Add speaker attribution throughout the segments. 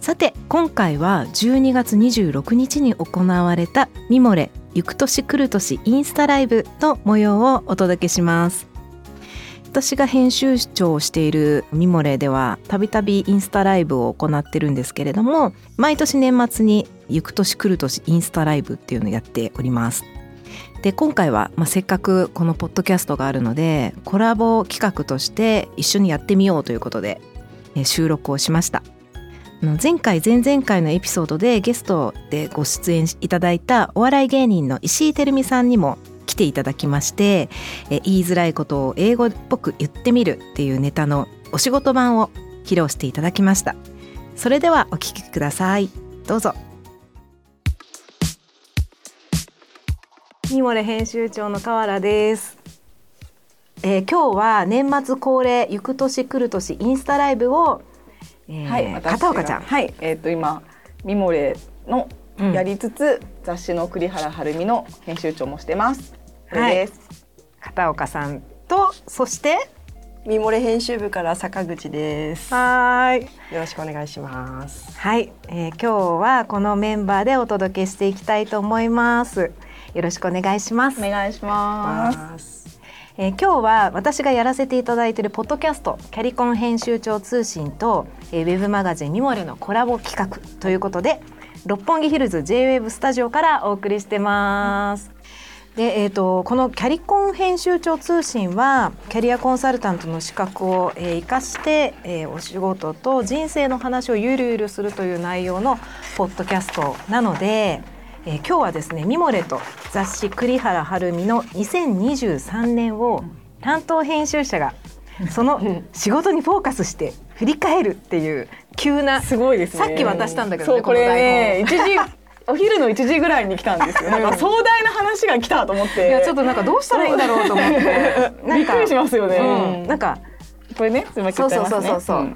Speaker 1: さて今回は12月26日に行われたミモレゆく年来る年インスタライブの模様をお届けします私が編集長をしているミモレではたびたびインスタライブを行ってるんですけれども毎年年末にゆく年来る年インスタライブっていうのをやっておりますで今回は、まあ、せっかくこのポッドキャストがあるのでコラボ企画として一緒にやってみようということでえー収録をしましたあの前回前々回のエピソードでゲストでご出演いただいたお笑い芸人の石井てるみさんにも来ていただきましてえ言いづらいことを英語っぽく言ってみるっていうネタのお仕事版を披露していただきましたそれではお聞きくださいどうぞミモレ編集長の河原ですえー今日は年末恒例ゆく年来る年インスタライブを、えー
Speaker 2: はい、私が
Speaker 1: 片岡ちゃん
Speaker 2: はい、えっ、と今ミモレの
Speaker 1: うん
Speaker 2: やりつつ、雑誌の栗原はるみの編集長もしてます。こ
Speaker 1: はい
Speaker 2: れです。
Speaker 1: 片岡さんとそして
Speaker 3: ミモレ編集部から坂口です。よ
Speaker 1: はい
Speaker 3: ろしくお願いします。
Speaker 1: はい、えー今日はこのメンバーでお届けしていきたいと思いますよろしくお願いします、
Speaker 2: お願いします。
Speaker 1: えー今日は私がやらせていただいているポッドキャストキャリコン編集長通信と、えーウェブマガジンミモレのコラボ企画ということで六本木ヒルズ JWEB スタジオからお送りしてます。でえー、とこのキャリコン編集長通信はキャリアコンサルタントの資格を、えー生かして、えーお仕事と人生の話をゆるゆるするという内容のポッドキャストなので、えー今日はですね「ミモレ」と雑誌「栗原はるみ」の2023年を担当編集者がそ の仕事にフォーカスして振り返るっていう急な
Speaker 2: すごいですね。
Speaker 1: さっき渡したんだけどね
Speaker 2: そうこれね、
Speaker 1: こ
Speaker 2: 一時お昼の一時ぐらいに来た んですよ。なんか壮大な話が来たと思って。
Speaker 1: いやちょっとなんかどうしたらいいんだろうと思 ってな
Speaker 2: び
Speaker 1: ん
Speaker 2: っ
Speaker 1: か
Speaker 2: くりしますよね。
Speaker 1: うん、なんか
Speaker 2: これね、すみませ
Speaker 1: そ
Speaker 2: ん。
Speaker 1: うそうそうそうそう、
Speaker 2: ん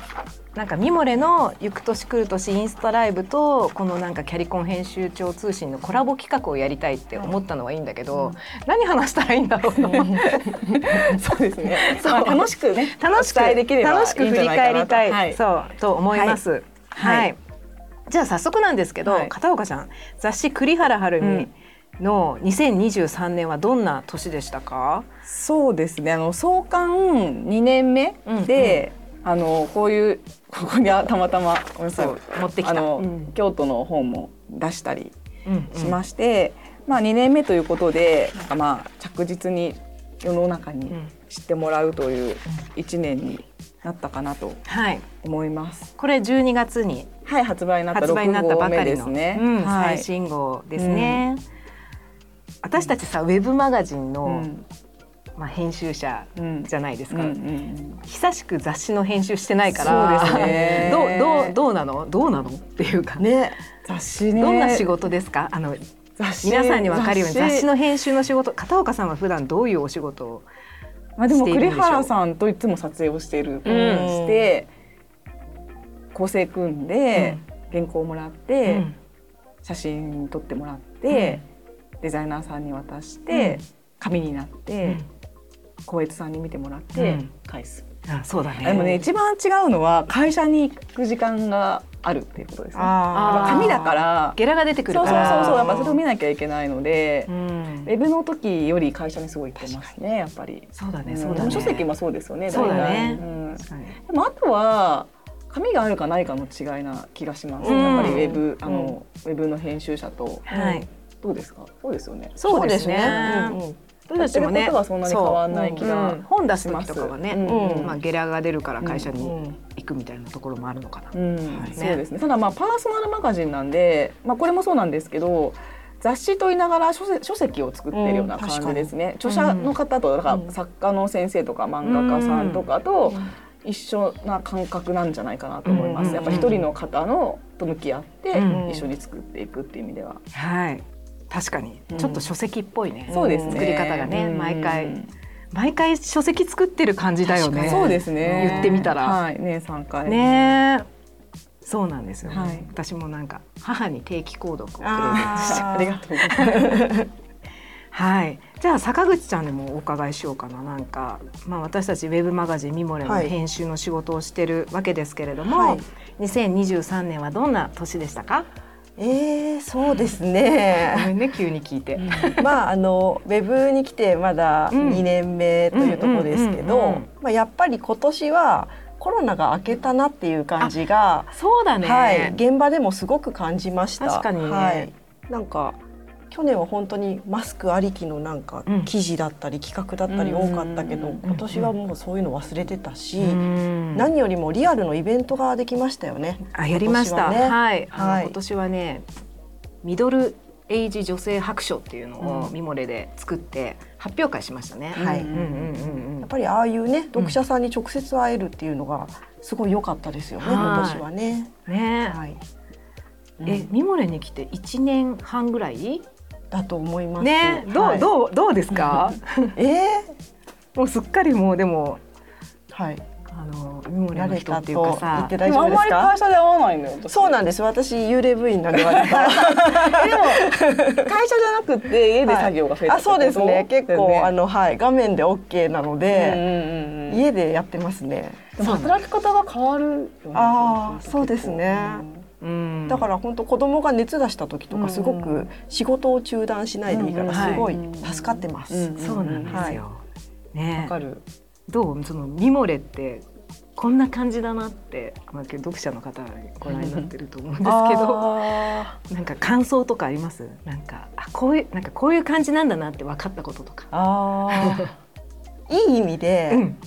Speaker 1: なんかミモレの「ゆく年来る年インスタライブ」とこのなんかキャリコン編集長通信のコラボ企画をやりたいって思ったのはいいんだけど、何 話したらいいんだろうと思って
Speaker 2: そうですね。
Speaker 1: そう
Speaker 2: まあ楽しくね、
Speaker 1: 楽しく
Speaker 2: お伝えできれば
Speaker 1: 楽しく振り返りたい
Speaker 2: んじゃなかなとはい
Speaker 1: そうと思います。はい、
Speaker 2: はい
Speaker 1: じゃあ早速なんですけど、
Speaker 2: はい
Speaker 1: 片岡ちゃん雑誌栗原はるみの2023年はどんな年でしたか？
Speaker 2: そうですねあの創刊2年目で、あのこういうここにあたまたまごめんなさい
Speaker 1: 持ってきた。
Speaker 2: あの、
Speaker 3: うん
Speaker 2: 京都の本も出したり
Speaker 1: うんうん
Speaker 2: しまして、まあ、2年目ということでなんかまあ着実に世の中に
Speaker 1: うん
Speaker 2: 知ってもらうという1年になったかなと
Speaker 1: はい。
Speaker 2: 思います。
Speaker 1: これ12月に
Speaker 2: はい発売になった
Speaker 1: 発売になった
Speaker 2: 6
Speaker 1: ばか
Speaker 2: 号目
Speaker 1: り
Speaker 2: で
Speaker 1: の、
Speaker 2: すね。
Speaker 1: うん
Speaker 2: は
Speaker 1: 最
Speaker 2: い
Speaker 1: 新号ですね。私たちさウェブマガジン
Speaker 2: う
Speaker 1: の、
Speaker 2: ん
Speaker 1: まあ、編集者
Speaker 2: うん
Speaker 1: じゃないですか、
Speaker 2: うんうん
Speaker 1: 久しく雑誌の編集してないから
Speaker 2: そうです ね
Speaker 1: どうどうどうなのどうなのっていうか、
Speaker 3: ね、
Speaker 2: 雑誌ね
Speaker 1: どんな仕事ですかあの
Speaker 2: 雑誌
Speaker 1: 皆さんに分かるように雑誌
Speaker 2: の
Speaker 1: の編集の仕事片岡さんは普段どういうお仕事を
Speaker 2: まあ、でも
Speaker 1: しているんで
Speaker 2: 栗
Speaker 1: しょう
Speaker 2: 原さんといつも撮影をしていることにして、構成組んで、原稿をもらって、写真撮ってもらって、デザイナーさんに渡して、
Speaker 1: うん
Speaker 2: 紙になって、光悦さんに見てもらって、
Speaker 1: うん
Speaker 2: 返す。
Speaker 1: あそうだね
Speaker 2: でもね一番違うのは会社に行く時間があるっていうことですね。やっ
Speaker 1: あー
Speaker 2: ぱ紙だから
Speaker 1: ゲラが出てくる
Speaker 2: そう
Speaker 1: か
Speaker 2: そうそう
Speaker 1: ら
Speaker 2: そうやっぱそれを見なきゃいけないので
Speaker 1: う、ん
Speaker 2: ウェブの時より会社にすごい行ってますねやっぱり。
Speaker 1: そうだね
Speaker 2: うん
Speaker 1: そう
Speaker 2: で
Speaker 1: だ
Speaker 2: も
Speaker 1: ね
Speaker 2: 書籍もそうですよね。
Speaker 1: そうだね
Speaker 2: 大体うんでもあとは紙があるかないかの違いな気がします。
Speaker 1: うん
Speaker 2: やっぱりウェブあの、ウェブの編集者と
Speaker 1: はい
Speaker 2: どうですか。そうですよね。
Speaker 1: そうですね
Speaker 3: うんうん
Speaker 1: 私たちもね
Speaker 2: やってることはそんなに変わんない気が
Speaker 1: そううん本出す時とかはね、
Speaker 2: しますうん
Speaker 1: まあ、ゲラが出るから会社に行くみたいなところもあるのかな、
Speaker 2: うん、
Speaker 1: はい
Speaker 2: そうですね。ただまあパーソナルマガジンなんで、まあこれもそうなんですけど。雑誌と言いながら書籍書籍を作ってるような感じですね、著者の方とだから作家の先生とか漫画家さんとかと一緒な感覚なんじゃないかなと思いま
Speaker 1: う
Speaker 2: す、
Speaker 1: ん
Speaker 2: やっぱ一人の方のと向き合って
Speaker 1: うん
Speaker 2: 一緒に作っていくっていう意味では、
Speaker 1: はい確かに
Speaker 2: うん
Speaker 1: ちょっと書籍っぽいね、
Speaker 2: そうですね
Speaker 1: 作り方がね
Speaker 2: うん
Speaker 1: 毎回毎回書籍作ってる感じだよね
Speaker 2: そうですね
Speaker 1: 言ってみたら
Speaker 2: はいね三回
Speaker 1: ねえそうなんですよ、ね
Speaker 2: はい
Speaker 1: 私もなんか母に定期購読をプレゼントして
Speaker 3: あ
Speaker 2: あ
Speaker 3: あ
Speaker 2: りがとうございます
Speaker 1: はい、じゃあ坂口ちゃんでもお伺いしようかななんか、まあ、私たちウェブマガジン「ミモレ」の
Speaker 3: はい
Speaker 1: 編集の仕事をしてるわけですけれども、
Speaker 3: はい
Speaker 1: 2023年はどんな年でしたか
Speaker 3: えー、そうです
Speaker 1: ご
Speaker 3: ね。
Speaker 1: めんね急に聞いて。
Speaker 3: まああのウェブに来てまだ
Speaker 1: うん
Speaker 3: 2年目というところですけ
Speaker 1: うんうんうんう
Speaker 3: ど
Speaker 1: ん、
Speaker 3: まあやっぱり今年はコロナが明けたなっていう感じが
Speaker 1: そうだね、
Speaker 3: はい、現場でもすごく感じました。
Speaker 1: 確かにね
Speaker 3: はい、なんか去年は本当にマスクありきのなんか
Speaker 1: うん
Speaker 3: 記事だったり企画だったり多かったけど、
Speaker 2: うんうんうん
Speaker 1: うん
Speaker 3: 今年はもうそういうの忘れてたし、
Speaker 1: うん
Speaker 3: 何よりもリアルのイベントができましたよね。
Speaker 1: あやりました
Speaker 3: 今
Speaker 1: は,、
Speaker 3: 年はね
Speaker 1: いあの、
Speaker 3: はい
Speaker 1: 今年はねミドルエイジ女性白書っていうのをミモレで作って発表会しましたね。
Speaker 3: はい
Speaker 1: うんうんうんう
Speaker 3: や
Speaker 1: ん
Speaker 3: っぱりああいうね読者さんに直接会えるっていうのがすごい良かったですよね、
Speaker 1: はい
Speaker 3: 今年はね。
Speaker 1: ね
Speaker 3: はい、
Speaker 1: えミモレに来て1年半ぐらい
Speaker 3: だと思います。
Speaker 1: ね、どう、
Speaker 3: はい、う
Speaker 1: どうどうですか？
Speaker 3: えー
Speaker 1: もうすっかりもうでも
Speaker 3: はい、
Speaker 1: あのミモレ
Speaker 3: 慣
Speaker 1: の
Speaker 3: れ
Speaker 1: 人ったていうか
Speaker 3: と言
Speaker 1: さ
Speaker 3: って、
Speaker 2: でも
Speaker 3: 大
Speaker 2: あん
Speaker 3: 丈夫で
Speaker 2: ますり
Speaker 3: か
Speaker 2: 会？社で会わないのよ私
Speaker 3: そうなんです。私幽霊部員なんで割と。
Speaker 2: 会社じゃなくて家で作業が増えた
Speaker 3: あそうですね結構、あ
Speaker 2: の
Speaker 3: のはい画面で OK なの
Speaker 2: うん
Speaker 3: で、
Speaker 2: うんうん
Speaker 3: 家でやってますね、
Speaker 2: でも働き方が変わるよね
Speaker 3: あー
Speaker 2: ると
Speaker 3: そうですね
Speaker 1: うん、
Speaker 3: だから本当子供が熱出した時と
Speaker 2: うん
Speaker 3: かすごく仕事を中断しないでいいから
Speaker 1: うんうん
Speaker 3: すごい
Speaker 2: はい
Speaker 3: 助かってます、
Speaker 2: うん
Speaker 1: そうなんですよ。
Speaker 2: わ
Speaker 1: ね、
Speaker 2: かる
Speaker 1: どうそのミモレってこんな感じだなって、まあ、けど読者の方はご覧になってると思うんですけど、
Speaker 3: あ
Speaker 1: なんか感想とかあります？なんかあこういうなんかこういう感じなんだなって分かったこととか
Speaker 3: ー。あーいい意味で、
Speaker 1: うん、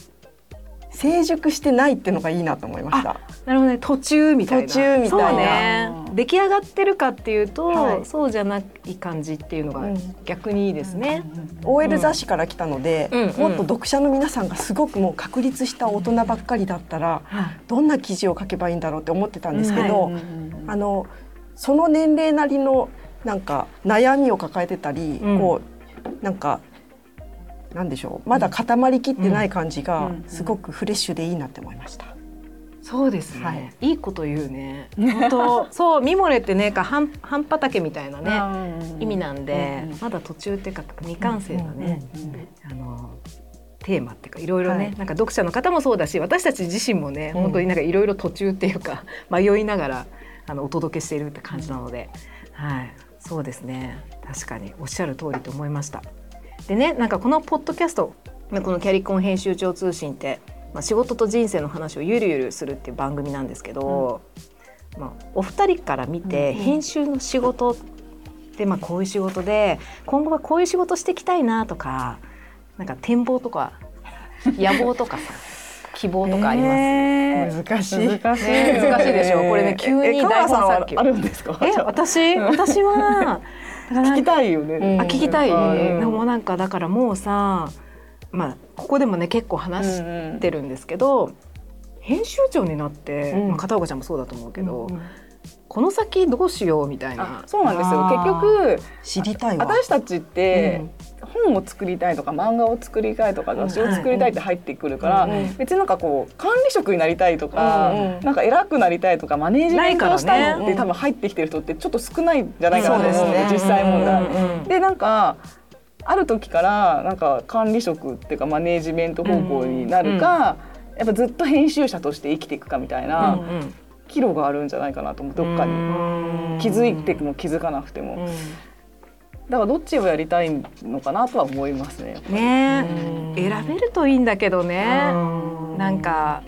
Speaker 3: 成熟してないってのがいいなと思いました
Speaker 1: なるほどね途中みたいな
Speaker 3: 途中みたい
Speaker 2: な
Speaker 1: そうね出来上がってるかっていうと、
Speaker 3: はい
Speaker 1: そうじゃない感じっていうのが
Speaker 3: うん
Speaker 1: 逆にいいですね。
Speaker 3: OL 雑誌から来たので、
Speaker 1: うん
Speaker 3: もっと読者の皆さんがすごくもう確立した大人ばっかりだったら
Speaker 1: はい
Speaker 3: どんな記事を書けばいいんだろうって思ってたんですけ
Speaker 1: うん
Speaker 3: ど、あのその年齢なりのなんか悩みを抱えてたり、
Speaker 1: うん
Speaker 3: こうなんかなんでしょうまだ固まりきってない感じ
Speaker 2: う
Speaker 3: が
Speaker 2: んうん
Speaker 3: すごくフレッシュでいいなって思いました。
Speaker 1: そうですね、、
Speaker 3: はい
Speaker 1: いこと言うね本当そうミモレってねなんか半半畑みたいなね、意味なんで、
Speaker 2: うんうん
Speaker 1: まだ途中っていうか未完成のね、
Speaker 3: うんうん
Speaker 1: あのテーマっていうかいろいろね、
Speaker 3: はい
Speaker 1: なんか読者の方もそうだし私たち自身もね、
Speaker 3: うん
Speaker 1: 本当になんかいろいろ途中っていうか 迷いながらあのお届けしているって感じなので、はいそうですね確かにおっしゃる通りと思いました。でねなんかこのポッドキャストまあこの「キャリコン編集長通信」って、まあ、仕事と人生の話をゆるゆるするっていう番組なんですけど、まあ、お二人から見て
Speaker 3: うんうん
Speaker 1: 編集の仕事って、まあ、こういう仕事で今後はこういう仕事していきたいなとかなんか展望と か野望とかさ希望とかあります、
Speaker 3: えー難しい。
Speaker 2: 難しい
Speaker 1: ね難しいでしょこれね急に
Speaker 2: え
Speaker 1: 台
Speaker 2: え
Speaker 1: 本
Speaker 2: 川原さんは
Speaker 1: 作業
Speaker 2: あるんですか
Speaker 1: え私私はだからなん
Speaker 2: 聞
Speaker 1: か
Speaker 2: きたいよね、
Speaker 3: うん
Speaker 1: あ聞きたい、
Speaker 2: うん
Speaker 1: でもなんかだからもうさまあここでもね結構話してってるんですけど編集長になって、
Speaker 3: うん
Speaker 1: まあ、片岡ちゃんもそうだと思うけど、
Speaker 3: うんうん
Speaker 1: この先どうしようみたい
Speaker 2: あ
Speaker 1: な
Speaker 2: そうなんですよ
Speaker 1: あー
Speaker 2: 結局
Speaker 3: 知りたいわ。
Speaker 2: 私たちっ
Speaker 3: う
Speaker 2: て
Speaker 3: ん
Speaker 2: 本を作りたいとか漫画を作りたいとか雑誌を作りたいって入ってくるから、
Speaker 3: うんうん
Speaker 2: 別になんかこう管理職になりたいとか、
Speaker 3: うんうん
Speaker 2: なんか偉くなりたいとかマネージメントをしたいのっ
Speaker 3: ないから
Speaker 2: て
Speaker 3: ね
Speaker 2: 多分入ってきてる人ってちょっと少ないんじゃないかなと思うの
Speaker 3: そうですね
Speaker 2: 実際問題。
Speaker 1: うん
Speaker 2: でなんかある時からなんか管理職っていうかマネージメント方向になるか、やっぱずっと編集者として生きていくかみた
Speaker 1: う
Speaker 2: い
Speaker 1: んう
Speaker 2: なん
Speaker 1: うん
Speaker 2: 岐路があるんじゃないかなと思うどっかに
Speaker 1: うん
Speaker 2: 気づいても気づかなくてもだからどっちをやりたいのかなとは思いますね。
Speaker 1: ね
Speaker 3: うん
Speaker 1: 選べるといいんだけどね
Speaker 3: う
Speaker 1: なんか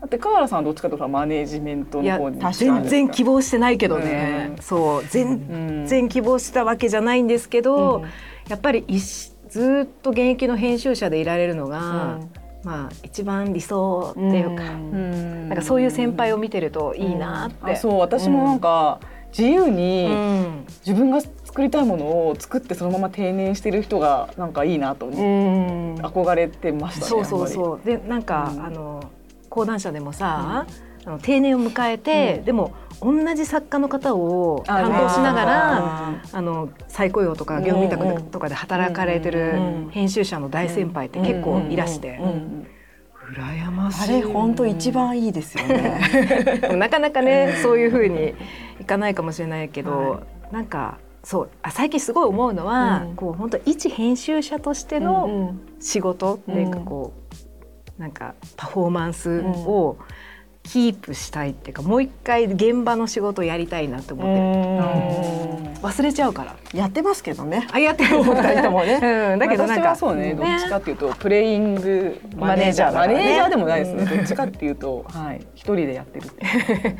Speaker 2: だって河原さんはどっちかというとマネージメント
Speaker 1: い
Speaker 2: の
Speaker 1: や
Speaker 2: 方に
Speaker 3: 確かに
Speaker 1: 全然希望してないけどね
Speaker 2: う
Speaker 1: そう全
Speaker 2: 全
Speaker 1: 然希望したわけじゃないんですけど、
Speaker 3: うん
Speaker 1: やっぱり一しずーっと現役の編集者でいられるのが、まあ一番理想っていうか、
Speaker 3: ん
Speaker 2: な
Speaker 1: なんかそういう先輩
Speaker 2: を
Speaker 1: を見てるといいなって。
Speaker 2: あそう私もなんか自由
Speaker 1: う
Speaker 2: に
Speaker 1: ん
Speaker 2: 自分が作りたいものを作ってそのまま定年してる人がなんかいいなと思って
Speaker 3: うん
Speaker 2: 憧れてましたね
Speaker 1: そうそう
Speaker 2: う
Speaker 1: そうでなんか、
Speaker 2: うん
Speaker 1: あの講談社でもさ、あの定年を迎えて、でも同じ作家の方を担当しながら
Speaker 3: あ
Speaker 1: あの再雇用とか業務委託とかで働かれて
Speaker 3: うんうん
Speaker 1: る
Speaker 3: うん
Speaker 1: 編集者の大先輩って結構いらして、
Speaker 3: うんうん
Speaker 1: 羨ましい
Speaker 3: れ本当一番いいですよね。
Speaker 1: でもなかなかねそういうふうにいかないかもしれないけど、
Speaker 3: は
Speaker 1: なんかそうあ最近すごい思うのは、
Speaker 3: うん
Speaker 1: こう本当一編集者として
Speaker 3: う
Speaker 1: の
Speaker 3: んうん
Speaker 1: 仕事、
Speaker 3: うん
Speaker 1: なんかこうなんかパフォーマンスをキープしたいっていうかもう一回現場の仕事をやりたいなって思って
Speaker 3: うん
Speaker 1: る、忘れちゃうから
Speaker 3: やってますけどね。
Speaker 1: あやってるもん
Speaker 3: 二人とも ね。
Speaker 1: うん、だけどなんか
Speaker 2: 私はそうね
Speaker 1: ん
Speaker 2: どっちかっていうとプレイングマネージャー
Speaker 1: マ
Speaker 2: マ
Speaker 1: ネ
Speaker 2: ネ
Speaker 1: ー
Speaker 2: ー
Speaker 1: ジ
Speaker 2: ジ
Speaker 1: ャーだ
Speaker 2: ャ
Speaker 1: からね
Speaker 2: ーでもないですねどっちかっていうとはい一人でやってるっていう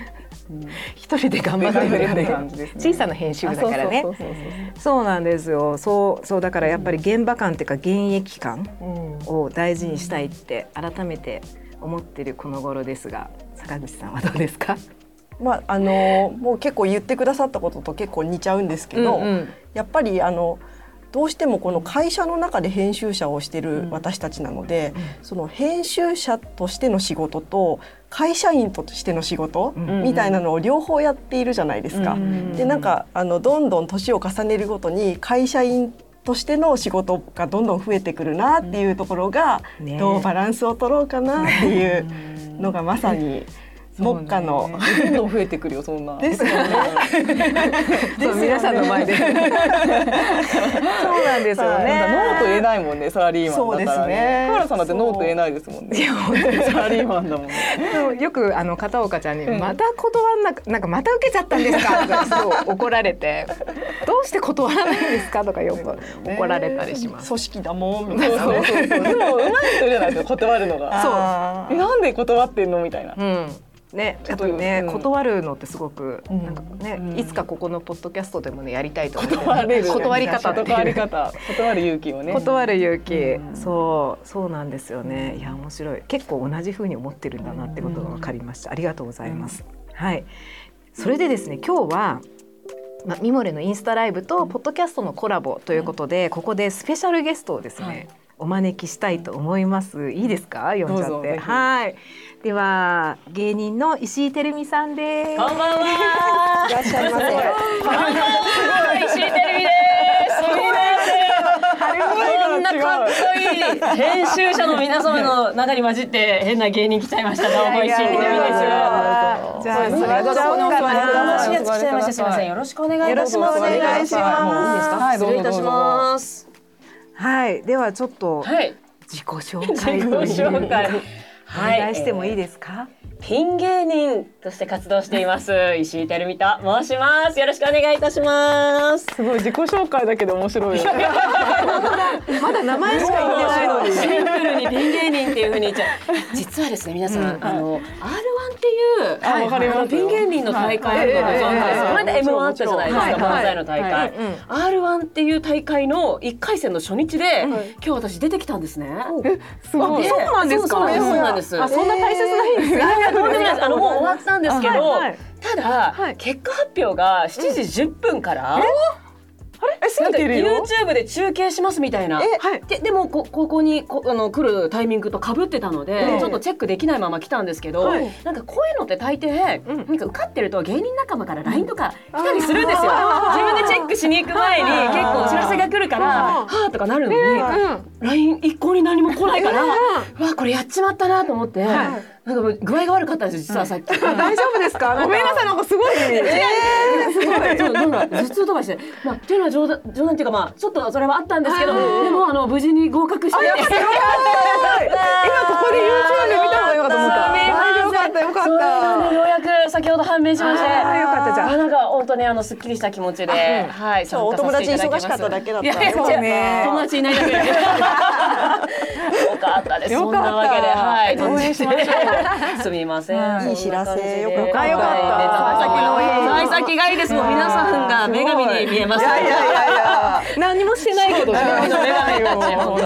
Speaker 2: うん
Speaker 1: 一人で頑張ってるっていう
Speaker 2: じです
Speaker 1: 小
Speaker 2: ね
Speaker 1: さな編集部だからね
Speaker 2: あそうそうそうそう
Speaker 1: そうなんですよそうそうだからやっぱり現場感っていうか現役感
Speaker 3: うん
Speaker 1: を大事にしたいって改めて思ってるこの頃ですが坂口さんはどうですか、
Speaker 3: まああのもう結構言ってくださったことと結構似ちゃうんですけど、やっぱりあのどうしてもこの会社の中で編集者をしてる私たちなので、その編集者としての仕事と会社員としての仕事、
Speaker 1: うん
Speaker 3: みたいなのを両方やっているじゃないですか。
Speaker 1: うん
Speaker 3: でなんかあのどんどん年を重ねるごとに会社員としての仕事がどんどん増えてくるなっていうところが、
Speaker 1: ね
Speaker 3: どうバランスを取ろうかなっていうのがまさに目下
Speaker 2: そ
Speaker 3: の、
Speaker 2: うねどんどん増えてくるよそんな
Speaker 3: ですよね。
Speaker 1: そう皆さんの前でそうなんですよ
Speaker 2: はい
Speaker 1: ね、
Speaker 2: なんかノーと言えないもんねサラリーマンだから
Speaker 3: そうです
Speaker 2: ね
Speaker 3: ね
Speaker 2: カーラさんだってノーと言えないですもんねサラリーマンだもんね
Speaker 1: でもよくあの片岡ちゃんに「
Speaker 2: うん
Speaker 1: また断んなくなんかまた受けちゃったんですか」 とかすごい怒られて「どうして断らないんですか?」とかよく怒られたりします。
Speaker 3: 組織だもんみた
Speaker 2: そ
Speaker 3: いうな
Speaker 2: そ
Speaker 3: ね。
Speaker 2: うそうそうでもうまい人いるじゃないですか断るのが
Speaker 1: そう
Speaker 3: あ
Speaker 2: え
Speaker 3: ー
Speaker 2: なんで断ってんのみたいな
Speaker 1: うんね、
Speaker 2: ち
Speaker 1: や
Speaker 2: ょ
Speaker 1: っ
Speaker 2: っ
Speaker 1: ぱ
Speaker 2: と
Speaker 1: りね、
Speaker 2: うん
Speaker 1: 断るのってすごく、
Speaker 3: うん
Speaker 1: なんかね、
Speaker 2: うん
Speaker 1: いつかここのポッドキャストでもねやりたいと思って
Speaker 2: 断れる
Speaker 1: 断り方っていう
Speaker 2: 断り方断る勇気をね
Speaker 1: 断る勇気、
Speaker 2: うん
Speaker 1: そうそうなんですよねいや面白い結構同じ風に思ってるんだなってことが分かりました、ありがとうございます、はいそれでですね今日はまあ、ミモレのインスタライブとポッドキャストのコラボということで、ここでスペシャルゲストをですね、
Speaker 2: はい
Speaker 1: お招きしたいと思いますいいですか呼んじゃ
Speaker 2: ど
Speaker 1: っ
Speaker 2: うぞぜ
Speaker 1: て
Speaker 2: ひ
Speaker 1: はいでは芸人の石井てるみさんです
Speaker 2: こんばんは。
Speaker 3: いらっしゃいませ。
Speaker 2: 石井てるみです。すみ
Speaker 4: こんなかっこいい編集者の皆様の中に混じって変な芸人来ちゃいました。どうも石井てるみです。
Speaker 1: じゃあ
Speaker 2: そう
Speaker 1: それどうか
Speaker 4: お
Speaker 1: な
Speaker 4: 話が来ちゃいました。すみません。よろしくお願いしま
Speaker 1: よろしく
Speaker 4: す。
Speaker 1: お願いし
Speaker 2: ます
Speaker 4: もういいですか。失礼いたします。
Speaker 1: はいではちょっと
Speaker 4: はい。
Speaker 1: 自己紹
Speaker 4: 自
Speaker 1: 介
Speaker 4: 己紹介。
Speaker 1: お願いしてもいいですか、
Speaker 4: ピン芸人として活動しています石井てるみと申します。よろしくお願いいたします。
Speaker 2: すごい自己紹介だけで面白いよね。
Speaker 1: まだ名前しか言ってないのに
Speaker 4: シンプルにピン芸人っていう風に言っちゃう。実はですね、皆さん、あの R1 っていう、
Speaker 2: あわかります
Speaker 4: あのピン芸人の大会をご
Speaker 2: はい
Speaker 4: 存知です
Speaker 2: は
Speaker 4: か。
Speaker 2: いはい
Speaker 4: この間 M1 あったじゃないですか、
Speaker 1: はい
Speaker 4: 漫才の大
Speaker 2: は
Speaker 4: 会。R1 っていう大会の一回戦の初日で、今日私出てきたんですね。
Speaker 2: すごい。
Speaker 4: そうなんですかそうそうそうなんです。
Speaker 2: あ、そんな大切ないんですね。
Speaker 4: そうなんですあのもう終わったんですけど、
Speaker 1: はいはい
Speaker 4: ただ、
Speaker 1: はい
Speaker 4: 結果発表が7時10分から、
Speaker 2: え、
Speaker 4: な
Speaker 2: 過ぎ
Speaker 4: んか
Speaker 2: てるよ。
Speaker 4: YouTube で中継しますみたいな。
Speaker 1: はい
Speaker 4: ででもこここにこあの来るタイミングとかぶってたので、
Speaker 2: ええ
Speaker 4: ちょっとチェックできないまま来たんですけど、
Speaker 1: はい
Speaker 4: なんかこういうのって大抵、
Speaker 1: うん
Speaker 4: なんか受かってると芸人仲間から LINE とか来たりするんですよ、自分でチェックしに行く前に
Speaker 2: あー
Speaker 4: 結構お知らせが来るから
Speaker 1: うん
Speaker 4: はあとかなるのに、LINE 一向に何も来ないから、うわこれやっちまったなと思って、
Speaker 1: はい
Speaker 4: なんかもう具合が悪かったんですよ実はさっ
Speaker 1: 大
Speaker 4: き。
Speaker 1: 丈夫です か
Speaker 2: ごめんなさい、なんかすごい。
Speaker 4: すごい。ちょっとなんか頭痛とかして、まあっていうのは冗談冗談っていうかまあちょっとそれはあったんですけど、でもあの無事に合格して。今こ
Speaker 2: ここで YouTube で見た方がいいのかと思った
Speaker 4: よかったよかった。そうなんでようやく先ほど判明しまして。
Speaker 1: あーよかったじゃん
Speaker 4: あなんか本当にあのすっきりした気持ちで、はい。
Speaker 3: そうお友達
Speaker 4: 参加
Speaker 3: 忙
Speaker 4: さ
Speaker 3: し
Speaker 4: せ
Speaker 3: か
Speaker 4: て
Speaker 3: っ
Speaker 4: いだ
Speaker 3: た
Speaker 4: きま
Speaker 3: だけだ
Speaker 4: す
Speaker 3: っ
Speaker 4: いや
Speaker 3: た。
Speaker 4: いや
Speaker 3: そう
Speaker 4: 違う友達いないだけでよかったですそんなわけではい応援しましょうすみません
Speaker 3: いい知らせ
Speaker 4: そんな
Speaker 3: よ
Speaker 4: 感じ
Speaker 3: か
Speaker 4: で
Speaker 3: った
Speaker 4: はい
Speaker 3: よか
Speaker 2: った
Speaker 4: 幸先のいい幸先がいいですもう皆さんが女神に見えますいやいやいや
Speaker 1: 何もしてないけど
Speaker 4: 女神の女神たち
Speaker 2: 本
Speaker 4: 本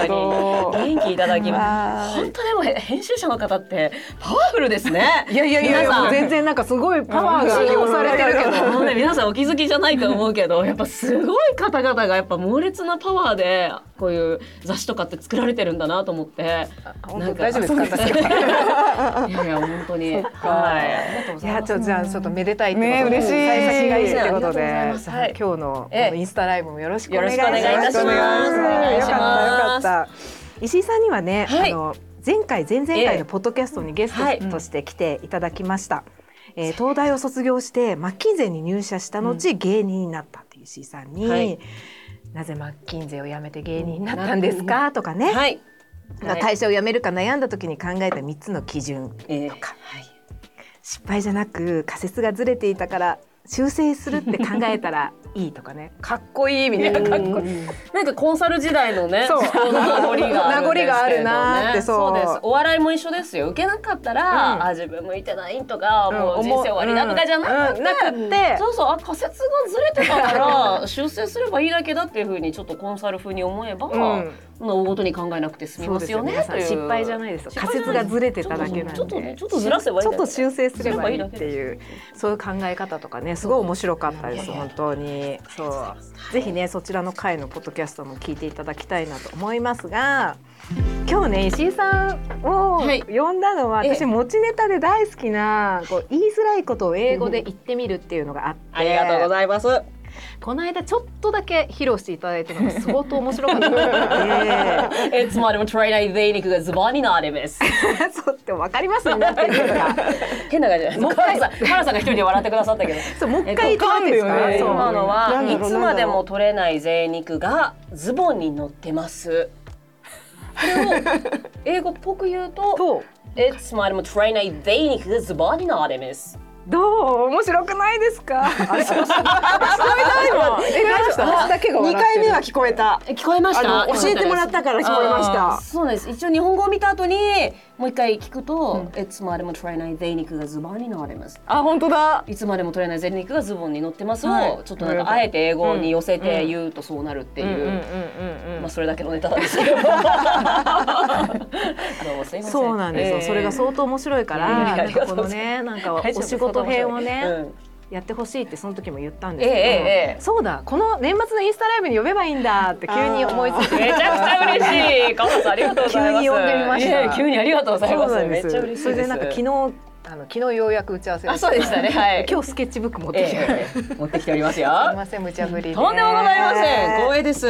Speaker 4: 当に元気いただきます
Speaker 3: はい
Speaker 4: 本当でも編集者の方ってパワフルですね
Speaker 1: いやいやいや
Speaker 4: 皆さん
Speaker 1: 全然なんかそごいパワーが
Speaker 4: うん
Speaker 1: 利用されてるけど。
Speaker 4: もうね皆さんお気づきじゃないと思うけどやっ ぱすごい方々がやっぱ猛烈なパワーでこういう雑誌とかって作られてるんだなと思って
Speaker 1: 本
Speaker 4: な
Speaker 1: 当
Speaker 4: んか
Speaker 1: 大丈夫ですか 私は。
Speaker 4: いやいや本当にはいありがとうご
Speaker 1: い
Speaker 4: ざい
Speaker 1: や
Speaker 4: ます
Speaker 1: ちょっとじゃあちょっとめでたいってことで、
Speaker 2: ね嬉しい
Speaker 1: 幸先がいいってことで、
Speaker 4: ありがとうございます
Speaker 1: さあ
Speaker 4: はい
Speaker 1: 今日のこ
Speaker 4: え
Speaker 1: のインスタライブもよろしくお
Speaker 4: よ
Speaker 1: 願
Speaker 4: ろ
Speaker 1: いし
Speaker 4: しくお
Speaker 1: ます。
Speaker 4: 願いいたします
Speaker 1: よろしくお願いしますよか
Speaker 4: お願い
Speaker 1: っ
Speaker 4: します
Speaker 1: たよかった。石井さんにはね、
Speaker 4: はい
Speaker 1: あの前回前々
Speaker 4: え
Speaker 1: 回
Speaker 4: え
Speaker 1: のポッドキャストにゲス
Speaker 4: はい
Speaker 1: トとして来ていただきました。えー東大を卒業してマッキンゼーに入社した後、芸人になったっていう石井さんに、
Speaker 4: はい
Speaker 1: なぜマッキンゼーを辞めて芸人になったんですかとかね、
Speaker 4: はい
Speaker 1: まあ
Speaker 4: はい
Speaker 1: 会社を辞めるか悩んだ時に考えた3つの基準
Speaker 4: えー
Speaker 1: 失敗じゃなく仮説がずれていたから修正するって考えたらいいとかねかっこいいみたいな
Speaker 4: かっこいいなんかコンサル時代のね
Speaker 1: そう
Speaker 4: 思考の名残があるんですけどね
Speaker 1: 名残があるなってそう
Speaker 4: そうですお笑いも一緒ですよ受けなかったら、
Speaker 1: うん
Speaker 4: あ自分向いてないとか、
Speaker 1: うん
Speaker 4: もう人生終わりだとかじゃなくて、
Speaker 1: うんなくって
Speaker 4: そうそうあ仮説がずれてたから修正すればいいだけだっていうふうにちょっとコンサル風に思えば、
Speaker 1: うん
Speaker 4: 大ごとに考えなくて済み
Speaker 1: そう
Speaker 4: ま
Speaker 1: ですす
Speaker 4: よ
Speaker 1: よ
Speaker 4: ね
Speaker 1: 皆さん失敗じゃないいですよ
Speaker 4: 失
Speaker 1: 仮
Speaker 4: 敗じ
Speaker 1: 説
Speaker 4: ゃない
Speaker 1: がずれてただけなんで
Speaker 4: ちょっとちょっとずらせばいい
Speaker 1: ちょ
Speaker 4: だ
Speaker 1: っ
Speaker 4: け
Speaker 1: と修正すればいいって
Speaker 4: すれば
Speaker 1: い
Speaker 4: いいう
Speaker 1: そういう考え方とかねすごい面白かったで
Speaker 4: いやい
Speaker 1: す
Speaker 4: やいや
Speaker 1: 本当にそうぜひねそちらの回のポッドキャストも聞いていただきたいなと思いますが今日ね石井さんを
Speaker 4: はい
Speaker 1: 呼んだのは
Speaker 4: ええ
Speaker 1: 私持ちネタで大好きなこう言いづらいことを英語で言ってみるっていうのがあって
Speaker 4: ありがとうございます
Speaker 1: この間ちょっとだけ披露していただいたのが相当面白か ったので。
Speaker 4: えつまりもトレーナーデイニクがズバになれです
Speaker 1: そうってわかりますになってるから。
Speaker 4: 変な感じじゃないもうカラさんカラさんが一人で笑ってくださったけど
Speaker 1: そうもう一回言ってもらっていいです
Speaker 2: え
Speaker 1: か。
Speaker 2: っと噛んだよね
Speaker 1: そう
Speaker 4: 今の
Speaker 3: な
Speaker 4: は
Speaker 3: んだろ
Speaker 4: いうつまでも取れない贅肉がズボンに乗ってます。これを英語っぽく言 うと、
Speaker 1: と
Speaker 4: いつまでも取れない贅肉がズボンに乗ってます。
Speaker 1: どう面白くないですか。
Speaker 3: え大丈夫
Speaker 1: 私だけが笑っ
Speaker 3: 二
Speaker 1: て
Speaker 3: 回
Speaker 1: る
Speaker 3: 目は聞こえた。
Speaker 4: 聞こえま
Speaker 3: あの教えてもらったから聞こえました。
Speaker 4: そうです。一応日本語を見た後にもう一回聞くと、いつまでも取れない贅肉がズボンに乗ってます。
Speaker 2: あ本当だ。
Speaker 4: いつまでも取れない贅肉がズボンに乗ってます
Speaker 2: は
Speaker 4: をちょっとなんかあえて英語に寄せて言うとそうなるっていう。まあそれだけのネタなんですけど。どうもすいません。
Speaker 1: そうなんですよ、
Speaker 4: えー
Speaker 1: それが相当面白いか
Speaker 4: いや
Speaker 1: ら、
Speaker 4: いや
Speaker 1: なんかこのね、なんか
Speaker 4: 大丈夫
Speaker 1: お仕事編を
Speaker 4: う
Speaker 1: ね、
Speaker 4: ん
Speaker 1: やってほしいってその時も言ったんで
Speaker 4: ええ
Speaker 1: すけど、
Speaker 4: ええ。
Speaker 1: そうだ、この年末のインスタライブに呼べばいいんだって急に思いついて、
Speaker 4: めちゃくちゃ嬉しい。カモさんありがとうございま
Speaker 1: 急
Speaker 4: す。
Speaker 1: に呼んでみました
Speaker 4: いや急にありがとうございます。
Speaker 1: そうなん
Speaker 4: めっちゃ嬉しいです。
Speaker 1: それでなんか昨日あの昨日ようやく打ち合わせを
Speaker 4: あそうでしたね。はい。
Speaker 1: 今日スケッチブック持ってきて、
Speaker 4: ええ持ってきておりますよ。
Speaker 1: すいません無茶ぶりで
Speaker 4: とんでもございません。光栄です。
Speaker 1: そ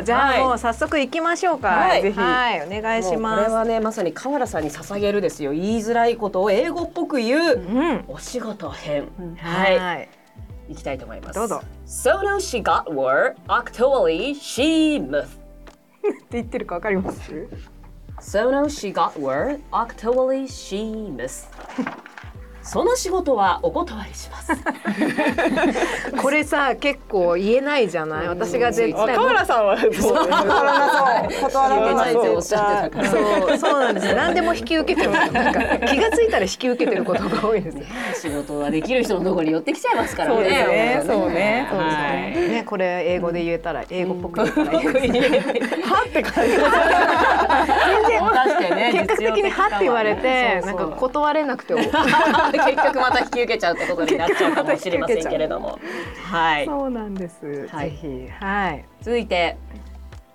Speaker 1: うじゃあも
Speaker 4: は
Speaker 1: う早速行きましょうか。
Speaker 4: はい
Speaker 1: ぜひはいお願
Speaker 4: い
Speaker 1: いし
Speaker 4: もう
Speaker 1: ま
Speaker 4: これ
Speaker 1: す。
Speaker 4: はねまさに河原さんに捧げるですよ。言いづらいことを英語っぽく言う
Speaker 1: うん
Speaker 4: お仕事編。はい。
Speaker 1: はい。
Speaker 4: いきたいと思います。
Speaker 1: どうぞ。
Speaker 4: So now she got were actually she moved.
Speaker 1: って言ってるかわかります？
Speaker 4: So now she got were actually she moved. その仕事はお断りします。
Speaker 1: これさ結構言えないじゃない。私が絶対。
Speaker 2: 河原さんはそうです。
Speaker 4: 断らそう。断
Speaker 3: ら
Speaker 4: な
Speaker 3: ないい
Speaker 4: っ
Speaker 3: ってて
Speaker 4: お
Speaker 3: お
Speaker 4: っ
Speaker 3: っ
Speaker 4: し
Speaker 3: し
Speaker 4: ゃ
Speaker 3: ゃ
Speaker 4: っ
Speaker 3: ってて
Speaker 4: たから。
Speaker 1: そうそうなんですよ。何でも引き受けてます。なんか気がついたら引き受けてることが多いですね。
Speaker 4: 仕事はできる人のところに寄ってきちゃいますからね。
Speaker 2: そうですねそうね
Speaker 4: そうですね。
Speaker 1: ねこれ英語で言えたら英語っぽく言えたらいい
Speaker 4: 僕言えない
Speaker 1: はって感じ。結果的にはって言われてなんか断れなくても。
Speaker 4: 結局また引き受けちゃうってことになっちゃうかもしれませんけれども。はい。
Speaker 1: そうなんです。
Speaker 4: はい
Speaker 1: ぜひはい。
Speaker 4: 続いて。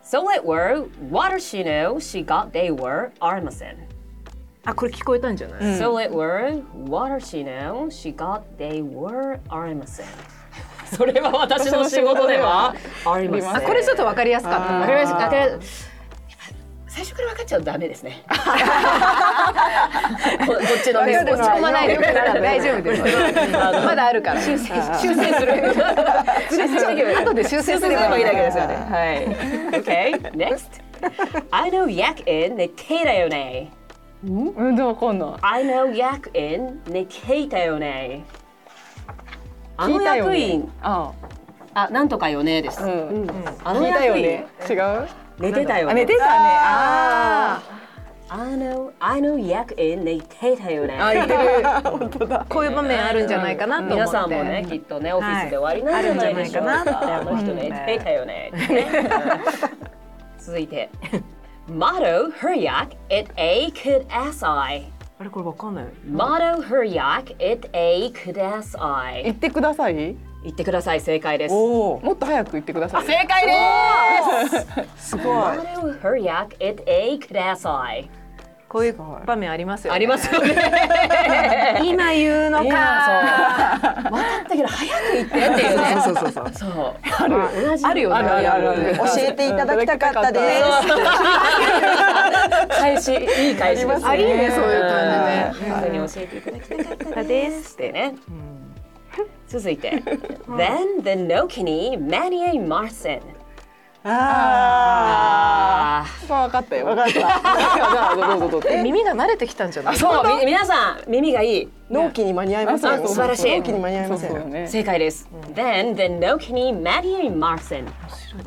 Speaker 4: So it were, what does she know? She got they were, Armisen.
Speaker 1: あこれ聞こえたんじゃない？
Speaker 4: So it were, what does she know? She got they were, Armisen. それは私の仕事ではありません。
Speaker 1: あこれちょっとわかりやすかった。
Speaker 4: わかりました。わかりました最初から分かっちゃうとダメで すね。こ こっちの
Speaker 1: 落
Speaker 4: ね、こっ
Speaker 1: ち
Speaker 4: ちの
Speaker 1: 込まないでよくなら大丈夫です。まだあるから。修正
Speaker 4: 修正する。ずれちゃうけど
Speaker 1: 後で修正すればいいだけですよね。
Speaker 4: はい。okay, next. I know yak in ne kita yo ne.
Speaker 2: うんでもわかんない。
Speaker 4: I know yak in ne kita yo ne. あの役員、
Speaker 2: あ
Speaker 4: あ、なんとかよねです
Speaker 2: あ、う。ん。
Speaker 4: あの
Speaker 2: 聞いた
Speaker 4: 役
Speaker 2: よ
Speaker 4: 員
Speaker 2: ね、。違う？
Speaker 4: 寝てたよ
Speaker 2: あ
Speaker 4: ね。
Speaker 2: 寝てたね。あ
Speaker 4: あの、あの役員寝てたよね。
Speaker 2: あ。似てる。
Speaker 1: こういう場面あるんじゃないかなと思って。
Speaker 4: 皆さんもね、きっとね、オフィスで終わりなんじゃないでしょうか。
Speaker 1: あるんじゃないかな
Speaker 4: あの人ね、寝てたよね。続いて。Motto, her yak, it a could as I.
Speaker 1: あれこれわかんない。
Speaker 4: Motto Huryak it a くださ
Speaker 2: 言
Speaker 4: い
Speaker 2: ってください。
Speaker 4: 言ってください正解です
Speaker 3: おお
Speaker 2: もっと早く言ってください。
Speaker 4: 正解です
Speaker 3: すごい。
Speaker 4: Motto Huryak it a ください
Speaker 1: こういう場面ありますよ、ね。
Speaker 4: あります よね
Speaker 1: 今言うの
Speaker 4: 今
Speaker 1: か。
Speaker 4: そう分かったけど早く言ってって いうね
Speaker 3: そうそうそうそう。
Speaker 4: そうある同じあるよ
Speaker 2: あるあるあるある
Speaker 3: 教えていただきたかったです。
Speaker 4: 返しいい返しです
Speaker 1: ありねそういう
Speaker 4: ね
Speaker 1: 感
Speaker 4: 本当に教えていただきたかったですってね
Speaker 1: ん
Speaker 4: 続いて Then the no k i n i many a Marcin
Speaker 3: あ
Speaker 4: あ
Speaker 2: わかったよ。わかった。じゃあどうぞどうぞ。
Speaker 1: じね。耳が慣れてきたんじゃな
Speaker 4: ー
Speaker 1: い。
Speaker 4: そうみ皆さん耳がいい
Speaker 3: あ、納期に間に合いませ
Speaker 4: あ
Speaker 3: ん。
Speaker 4: そう素晴らしい
Speaker 3: 納期に間に合いません。
Speaker 2: そうそうね。
Speaker 4: 正解です、Then the no k i n i many a Marcin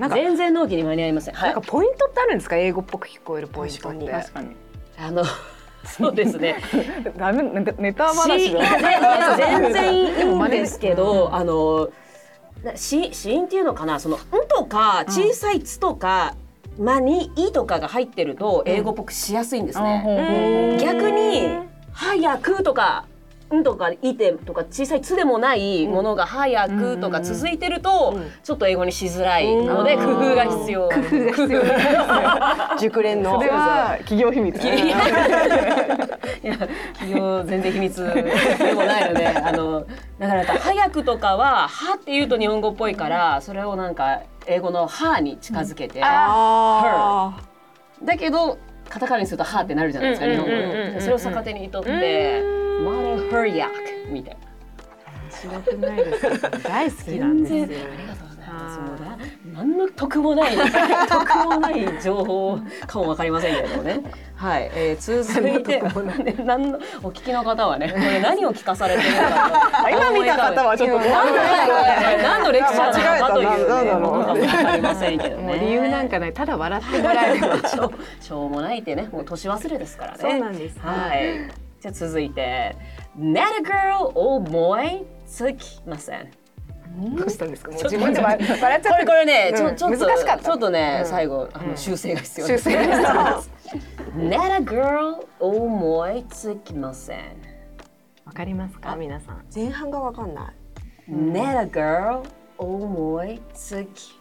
Speaker 1: なんか
Speaker 4: 全然納期に間に合いませんは
Speaker 1: ないんかポイントってあるんですか英語っぽく聞こえるポイントって。
Speaker 2: 確かに。
Speaker 4: あの そうですね
Speaker 2: ダメなんかネタ
Speaker 4: し
Speaker 2: 話
Speaker 4: い
Speaker 2: が。
Speaker 4: や全然いいんですけど、あのなし子音っていうのかなその「ん」とか小さい「つ」とか「ま」に「い」とかが入ってると英語っぽくしやすいんです
Speaker 2: あほう
Speaker 4: ね。
Speaker 2: ほうほう
Speaker 4: 逆に「早く」とか「ん」とか「い」てとか小さい「つ」でもないものが「早く」とか続いてるとちょっと英語にしづらいので工夫が必要。工夫が必要
Speaker 3: 熟練の
Speaker 2: それは企業秘密。
Speaker 4: いやいや企業全然秘密でもないのであのだからなんか早くとかは「は」って言うと日本語っぽいからそれをなんか英語の「は」に近づけて、
Speaker 3: あ
Speaker 4: だけどカタカナにすると「は」ってなるじゃないですか、
Speaker 1: うん
Speaker 4: 日本語
Speaker 1: うんうんうんう
Speaker 4: で
Speaker 1: ん
Speaker 4: それを逆手にとって「マレフリアク」みたいな
Speaker 1: 違くないですか。大好きなんですよ。
Speaker 4: ありがとうございますもうな何の得も ない得もない情報かもわかりませんけれどもねはい、えー、続いて何のお聞きの 方はねこれ何を聞かされてるのか
Speaker 2: 今見た方はちょっと
Speaker 4: 何の何のレクチャーなのかとい
Speaker 3: 間違えたなな
Speaker 4: う、ね、
Speaker 3: んだろう
Speaker 4: ものが分かりませんけど
Speaker 1: もう
Speaker 4: ね
Speaker 1: 理由なんかない。ただ笑ってもらえる。
Speaker 4: しょうしょうもないってねもう年忘れですからね
Speaker 1: そうなんです
Speaker 4: はいじゃあ続いて「Not a girl 思いつきません」
Speaker 2: どうしたんですか。もう自分で笑っちゃって。
Speaker 4: これこれね、ちょ
Speaker 2: うん
Speaker 4: ちょっと
Speaker 2: 難しかった
Speaker 4: ちょっとね、最後あの、修正が必要
Speaker 2: 修正が必要
Speaker 4: です Not a girl 思いつきません
Speaker 1: わかりますか皆さん。
Speaker 3: ー前半がわかんない。
Speaker 4: Not a girl 思いつき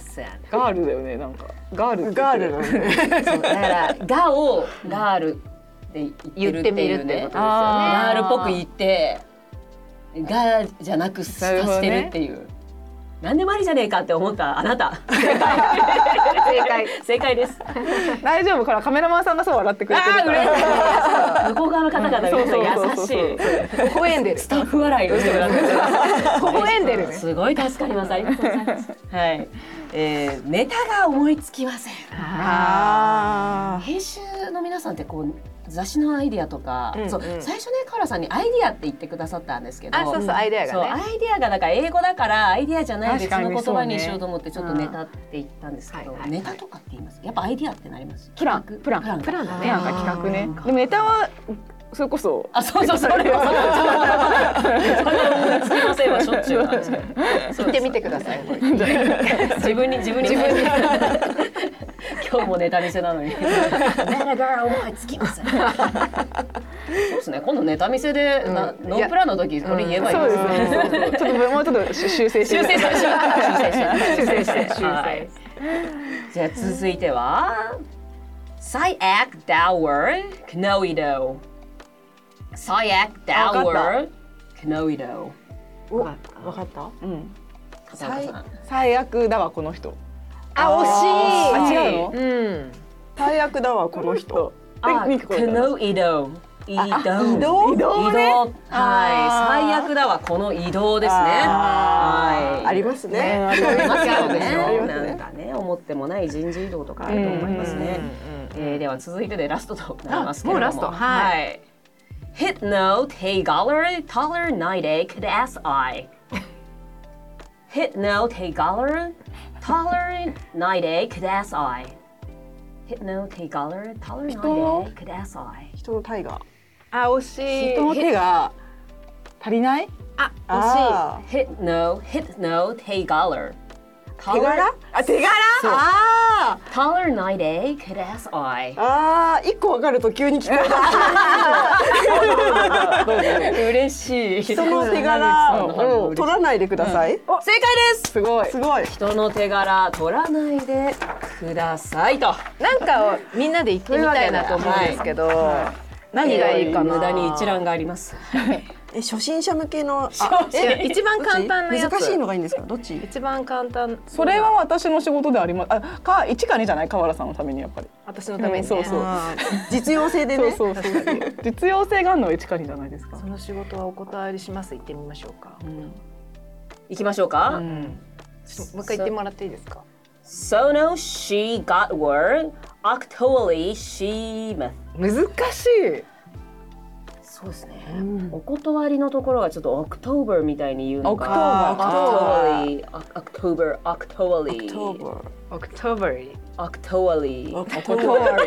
Speaker 4: せん
Speaker 2: ガールだよねなんか。ガール。
Speaker 3: ガールの。ね。
Speaker 4: そうだから「が」を「ガール」って言ってるっていう
Speaker 1: 言ってみるってこ
Speaker 4: ね
Speaker 1: とですよね
Speaker 4: ガールっぽく言って「が」じゃなくさ
Speaker 2: なるほ
Speaker 4: し
Speaker 2: どね
Speaker 4: てるっていう。なんでもありじゃねえかって思ったあなた。正解。正解。正解です。
Speaker 2: 大丈夫からカメラマンさんがそう笑ってくれてるから。
Speaker 4: ああ、嬉しい。 向こう側の方々が
Speaker 2: そうそうそう
Speaker 4: 優しい。
Speaker 1: 微笑んでる。
Speaker 4: スタッフ笑いの人がなんか。
Speaker 1: 微笑んでるね
Speaker 4: すごい助かります。ありがとうございます。はい。えー、ネタが思いつきません。
Speaker 3: あ
Speaker 4: 編集の皆さんってこう雑誌のアイディアとか、
Speaker 3: うんうん
Speaker 4: そう最初ねカーラさんにアイディアって言ってくださったんですけど
Speaker 1: あ、そうそうアイデア
Speaker 4: そう
Speaker 1: が
Speaker 4: ア
Speaker 1: ね。
Speaker 4: イディアがだから英語だからアイディアじゃない別
Speaker 2: 確か
Speaker 4: の
Speaker 2: に
Speaker 4: 言
Speaker 2: そ
Speaker 4: 葉
Speaker 2: うね
Speaker 4: にしようと思ってちょっとネタって言ったんですけど、
Speaker 1: うんはいはい
Speaker 4: ネタとかって言いますやっぱアイディアってなります
Speaker 2: プランプラン
Speaker 4: プラン
Speaker 1: プランだ
Speaker 2: ね
Speaker 1: ね。
Speaker 2: なんか企画ね。でもネタはそれこそ。
Speaker 4: あそうそうそれはそれ はそれは思いつきませんはしょっちゅうなんですけど
Speaker 1: 行ってみてください。
Speaker 4: 自 分に自分に今日もネタ見せなのに Not a girl 思いつきますそうですね今度ネタ見せで、なノープランの時これ言えばいい
Speaker 2: そう
Speaker 4: で
Speaker 2: ですす
Speaker 4: ね、
Speaker 2: ね。そうそうちょっともうちょっと 修正して
Speaker 4: 修
Speaker 2: みた
Speaker 4: 正
Speaker 2: い
Speaker 4: しましょう修正して修正して
Speaker 1: 修正
Speaker 4: はいじゃあ続いては Sayak Dower Knoido Sayak
Speaker 3: あわか
Speaker 4: Dower Knoido
Speaker 3: あ。わかった。
Speaker 2: うん
Speaker 4: 片岡さん
Speaker 2: 最悪だわこの人。
Speaker 1: あ
Speaker 2: あ
Speaker 1: 惜しい。
Speaker 2: 違うの？
Speaker 1: うん。
Speaker 3: 最悪だわこの人。
Speaker 4: あ、
Speaker 2: ミクコだった
Speaker 4: の移動。移動。移
Speaker 3: 動
Speaker 4: 移動、はい、最悪だわ、この移動ですね。はい。
Speaker 3: ありますね。
Speaker 4: ありますよ
Speaker 3: ありま
Speaker 4: ね。
Speaker 3: すね
Speaker 4: なんかね、思ってもない人事異動とかあると思いますね。えー、では続いてでラストとなりますけれども。
Speaker 1: あもうラスト
Speaker 4: は。
Speaker 1: はい
Speaker 4: Hit note, hey galler, taller, night ache, that's I. Hit note, hey galler, taller, night ache, that's I. Hit note, hey galler, taller, night ache, that's I.
Speaker 3: 人のタイガー。
Speaker 1: あ惜しい
Speaker 2: 人。の手が足りない？
Speaker 1: あ惜しい。
Speaker 3: あ
Speaker 4: Hit no, hit no, hey galler. Taller-
Speaker 3: 手柄あ手柄あー
Speaker 4: Taller night A could ask I.
Speaker 3: あー一個わかると急に聞こえた
Speaker 4: 嬉 しい。
Speaker 3: 人の手
Speaker 4: 野
Speaker 3: 柄
Speaker 4: 口さんの反応
Speaker 3: うん取らないでください、
Speaker 4: お正解です。
Speaker 2: すごい
Speaker 3: すごい
Speaker 4: 人の手柄取らないでくださいと。
Speaker 1: なんかをみんなで言ってみたいなと思うんですけど、何がいいかな。
Speaker 4: 無駄に一覧があります。
Speaker 3: え初心者向けの
Speaker 1: え一番簡単なやつ
Speaker 3: 難しいのがいいんですかどっち
Speaker 1: 一番簡単。
Speaker 2: それは私の仕事ではありますあか一かねじゃない河原さんのためにやっぱり
Speaker 1: 私のためにね。
Speaker 2: そうそう
Speaker 3: あー実用性で
Speaker 2: そう
Speaker 3: ね
Speaker 2: そうそう実用性があるのは一かねじゃないですか
Speaker 1: その仕事はお断りします。行ってみましょうか。
Speaker 4: 行きましょうか。
Speaker 1: ちょっともう一回言ってもらっていいですか。
Speaker 4: So no, she got word. Actually, she.
Speaker 1: 難しい。
Speaker 4: そうですね。お断りのところはちょっと October みたいに言うのが。October, October, October,
Speaker 1: October。
Speaker 4: October.
Speaker 3: オクトーリー
Speaker 4: Actually.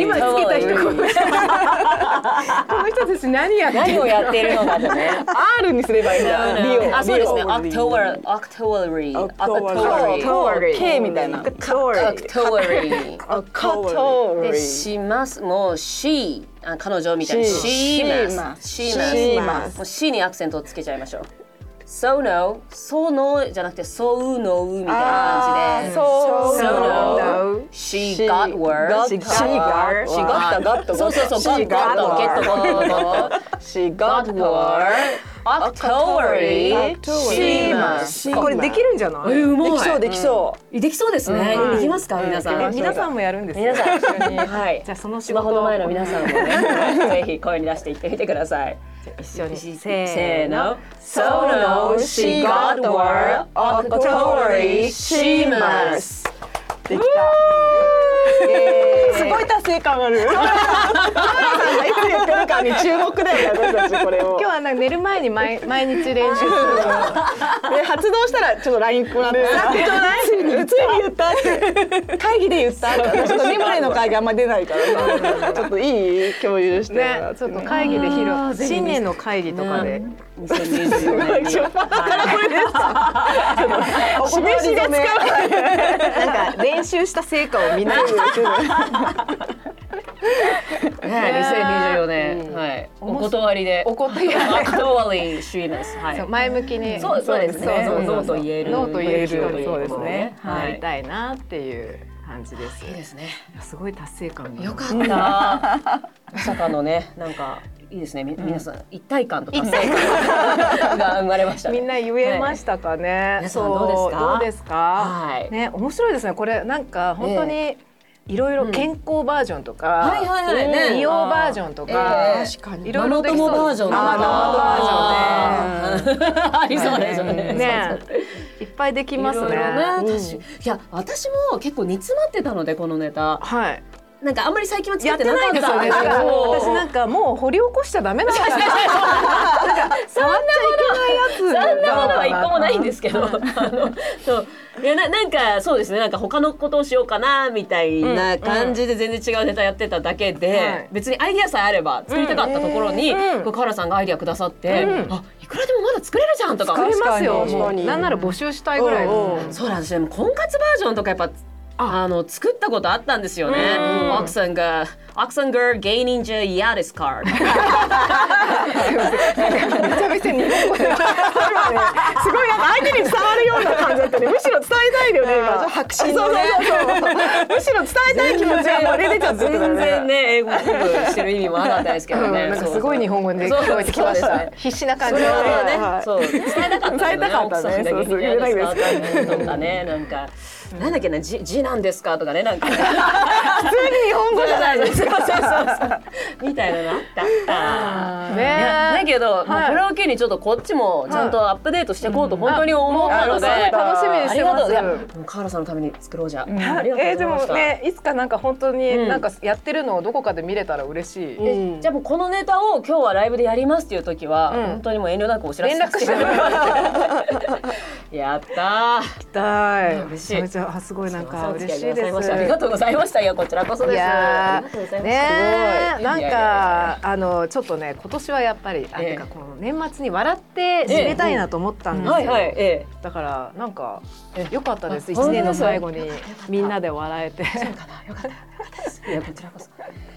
Speaker 1: 今つけた人ごめん。この人たち何やって
Speaker 4: 何をやってるのかとね。
Speaker 2: R にすればいいんだリオ
Speaker 4: あ、そうですね。
Speaker 2: リオ
Speaker 4: October, October,
Speaker 3: October
Speaker 4: October,
Speaker 2: K みたいな
Speaker 4: October,
Speaker 2: ト
Speaker 4: で、します。もう、she、あ彼女みたいな。she must, she
Speaker 3: She
Speaker 4: must.
Speaker 3: must
Speaker 4: もう she にアクセントをつけちゃいましょう。so no, so no じゃなくて so no みたいな感じで。
Speaker 2: そう
Speaker 4: そう
Speaker 2: そう
Speaker 4: She got word.
Speaker 2: got word.
Speaker 4: She got word. そうそうそう。She got
Speaker 3: got
Speaker 4: word. Get the word.
Speaker 2: She
Speaker 4: Got word. October. She must.
Speaker 3: これできるんじゃない
Speaker 4: まい
Speaker 3: できそうできそう
Speaker 4: できそうですね。できますか皆さん。
Speaker 1: 皆さんもやるんです
Speaker 4: 皆
Speaker 1: よ。
Speaker 4: さん。はい
Speaker 1: じゃ。あその
Speaker 4: ス
Speaker 1: 仕
Speaker 4: マ
Speaker 1: 事
Speaker 4: ホの
Speaker 1: を
Speaker 4: 前の皆さんもね、ぜひ声に出していってみてください。
Speaker 1: 一緒に。 せ
Speaker 4: せ
Speaker 1: ー
Speaker 4: ー
Speaker 1: の。
Speaker 4: の。So no, she got word. October. She must.
Speaker 3: できたイエーイ
Speaker 2: すごい達成感あ る。河原さんがいつやってるかに注目だよね、私たちこれを。
Speaker 1: 今日はなんか寝る前に 毎毎日練習するの。
Speaker 2: で発動したらちょっとラインもらって。ついについに言ったって。会議で言ったって。ちょっとミモレの会議あんま出ないからさ。ちょっといい共有しても
Speaker 1: ね
Speaker 2: らっ、て
Speaker 1: ちょ
Speaker 2: ね。
Speaker 1: っと会議で披露、新年の会議とかで、
Speaker 4: 2024年に。
Speaker 3: 示しで使う
Speaker 1: なんか練習した成果をみんなに。
Speaker 4: はい、2024年、はい、お断りで。
Speaker 1: 怒って
Speaker 4: お断りします。は
Speaker 1: そう
Speaker 4: い。
Speaker 1: 前向きに
Speaker 4: そう、そうですね。
Speaker 1: そ
Speaker 4: そうう、そうと言える。
Speaker 1: ノーと言える人という
Speaker 2: そうですね
Speaker 4: は
Speaker 1: なり
Speaker 4: い。
Speaker 1: たいなっていう感じです。
Speaker 4: いいですね。
Speaker 1: すごい達成感が。よかっ
Speaker 4: なんか、まさかのね、なんか、いいですね。み皆さん、一体感と達成感が生まれましたね。
Speaker 1: みんな言えましたかね。
Speaker 4: 皆さんど
Speaker 1: そう
Speaker 4: ですか
Speaker 1: どうですか。
Speaker 4: はい。
Speaker 1: ね、面白いですね。これなんか本当にいろいろ健康バージョンと
Speaker 4: はいは
Speaker 1: か、
Speaker 4: いはいね
Speaker 1: 美容バージョンとか
Speaker 4: ええ、
Speaker 3: 確か
Speaker 1: い
Speaker 3: に
Speaker 1: ろいろできそう
Speaker 4: ママ友バージョンとか
Speaker 1: あママバージョンね。
Speaker 4: ね。 ありそうですよね。
Speaker 1: ね、いっぱいできますね。
Speaker 4: いろいろね確かいや私も結構煮詰まってたのでこのネタ
Speaker 1: はい。
Speaker 4: なんかあんまり最近は使
Speaker 1: や
Speaker 4: っ
Speaker 1: ってて
Speaker 4: な
Speaker 1: な
Speaker 4: か
Speaker 1: い
Speaker 4: っ
Speaker 1: んです
Speaker 4: た
Speaker 1: よ
Speaker 4: ん
Speaker 1: ね。
Speaker 4: です
Speaker 1: だ
Speaker 4: け
Speaker 1: から
Speaker 4: ど
Speaker 1: 私なんかもう掘り起こしちゃダメなのかな。なんか触っちゃいけないやつ。
Speaker 4: そんなものは一個もないんですけど、あの そういやななんかそうですねなんか他のことをしようかなみたいな感じで全然違うネタやってただけで、
Speaker 1: はい
Speaker 4: 別にアイディアさえあれば作りたかったところに、
Speaker 1: うん
Speaker 4: こうカラさんがアイディアくださって、
Speaker 1: うん
Speaker 4: あいくらでもまだ作れるじゃんとか
Speaker 1: 作れますよ。
Speaker 3: 確
Speaker 1: も
Speaker 3: か
Speaker 1: う
Speaker 3: に
Speaker 1: なんなら募集したいぐらいの。
Speaker 4: そうなんですよ。でも婚活バージョンとかやっぱあの作ったことあったんですよね。奥さんが奥さんが芸人じゃ嫌ですか。
Speaker 1: めちゃめちゃ日本語で。
Speaker 2: すごいなんか相手に伝わるような感じだったね。むしろ伝えたいよね今。
Speaker 3: 白紙のね
Speaker 2: むしろ伝えたい気持ちがもう出てちゃってるから
Speaker 4: 全然
Speaker 2: ね。
Speaker 4: ね 英語授業してる意味もなかったですけ
Speaker 1: う
Speaker 4: ど
Speaker 1: ん
Speaker 4: ね。
Speaker 1: なんかすごい日本語で
Speaker 4: そう
Speaker 1: 聞こえてきまし
Speaker 4: そうそう
Speaker 1: た。必死な
Speaker 4: そ
Speaker 1: 感じ
Speaker 4: れ
Speaker 1: の。
Speaker 4: はね、
Speaker 2: はい
Speaker 4: そう伝えたかった、ね、
Speaker 2: 伝えたかったね
Speaker 4: 奥さんだけ
Speaker 2: そうそう
Speaker 4: に嫌ですか
Speaker 2: 言え
Speaker 4: ってとかねなんか、なんだっけなじ字なんですかとかねなんか 普通に日本語じゃないですかそうそうそうみたいなのあったあった。いやだ
Speaker 1: ね。
Speaker 4: けど、まあこれを機にちょっとこっちもちゃんとアップデートしていこうと本当に思ったので、
Speaker 1: あもうすごい楽しみにして
Speaker 4: がと
Speaker 1: あ
Speaker 4: うい
Speaker 1: りが
Speaker 4: や
Speaker 1: とうございます
Speaker 4: もう河原さんのために作ろうじゃ、
Speaker 2: うん
Speaker 4: ありがとう
Speaker 1: え
Speaker 4: ご
Speaker 1: ーで
Speaker 4: ざいま
Speaker 1: も
Speaker 4: した、
Speaker 1: ねいつかなんか本当に
Speaker 4: うん
Speaker 1: なんかやってるのをどこかで見れたら嬉しい、
Speaker 4: えじゃあもうこのネタを今日はライブでやりますっていう時は、
Speaker 1: うん
Speaker 4: 本当にもう遠慮なくお知らせ
Speaker 1: 連絡してくれ
Speaker 4: てやったー
Speaker 5: きたい
Speaker 4: 嬉しい
Speaker 5: めちゃめちゃあすごいなんか
Speaker 4: お付
Speaker 5: 嬉
Speaker 4: き
Speaker 5: し
Speaker 4: 合
Speaker 5: いで
Speaker 4: くださ
Speaker 5: す
Speaker 4: いましてありがとうございましたいやこちらこそです
Speaker 1: いやー
Speaker 4: ありがとうございま
Speaker 1: ね
Speaker 4: した
Speaker 1: えなんかあのちょっとね今年はやっぱりあ
Speaker 4: ええ
Speaker 1: てかこの年末に笑って締めたいなと思ったんですよ、
Speaker 4: はいはいえ
Speaker 1: だからなんか
Speaker 4: え
Speaker 1: 良かったです
Speaker 4: あ
Speaker 1: 一年
Speaker 4: 本当
Speaker 1: の
Speaker 4: です
Speaker 1: 最後にみんなで笑えて
Speaker 4: えいやこちらこそ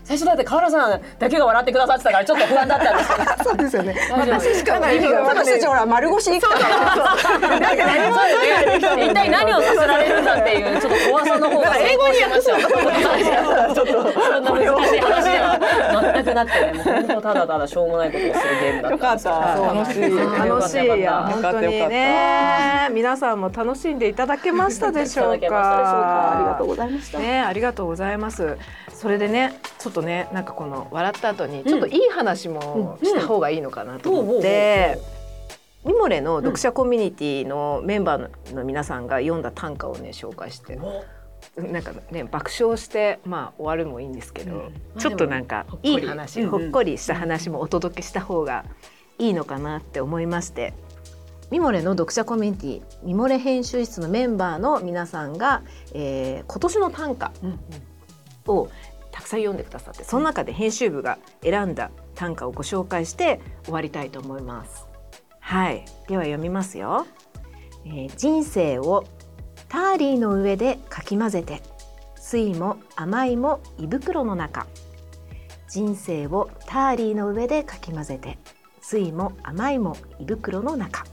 Speaker 4: 最初だって河原さんだけが笑ってくださってたからちょっと不安だったんですけど
Speaker 3: そうですよね。
Speaker 4: 大丈夫です
Speaker 3: しかも私たちほら丸腰に来たから。
Speaker 4: なんか何もそうね一体何をさせられるんだっていうちょっと怖さの方が英語に訳そうちょっとそんな難しい話では全くなくてねもう本当ただただしょうもないことをするゲームだった
Speaker 2: よかった楽しい
Speaker 1: 楽しいや
Speaker 2: よ
Speaker 1: 本
Speaker 2: かった
Speaker 1: 当に
Speaker 2: よか
Speaker 1: ね皆さんも楽しんでいただけましたでしょう
Speaker 4: いただけまし
Speaker 1: か
Speaker 4: たでしょうかありがとうございました
Speaker 1: ねありがとうございますそれでねちょっとねなんかこの笑った後にちょっといい話もした方がいいのかなと思って。ミモレの読者コミュニティのメンバーの皆さんが読んだ短歌をね紹介してなんかね爆笑してまあ終わるもいいんですけど、ちょっとなんか
Speaker 4: っこり
Speaker 1: いい話、
Speaker 4: うんうん
Speaker 1: ほっこりした話もお届けした方がいいのかなって思いまして。ミモレの読者コミュニティミモレ編集室のメンバーの皆さんが、えー今年の短歌
Speaker 4: うんうん
Speaker 1: をたくさん読んでくださってその中で編集部が選んだ短歌をご紹介して終わりたいと思いますはいでは読みますよ、えー人生をターリーの上でかき混ぜて酸いも甘いも胃袋の中人生をターリーの上でかき混ぜて酸いも甘いも胃袋の中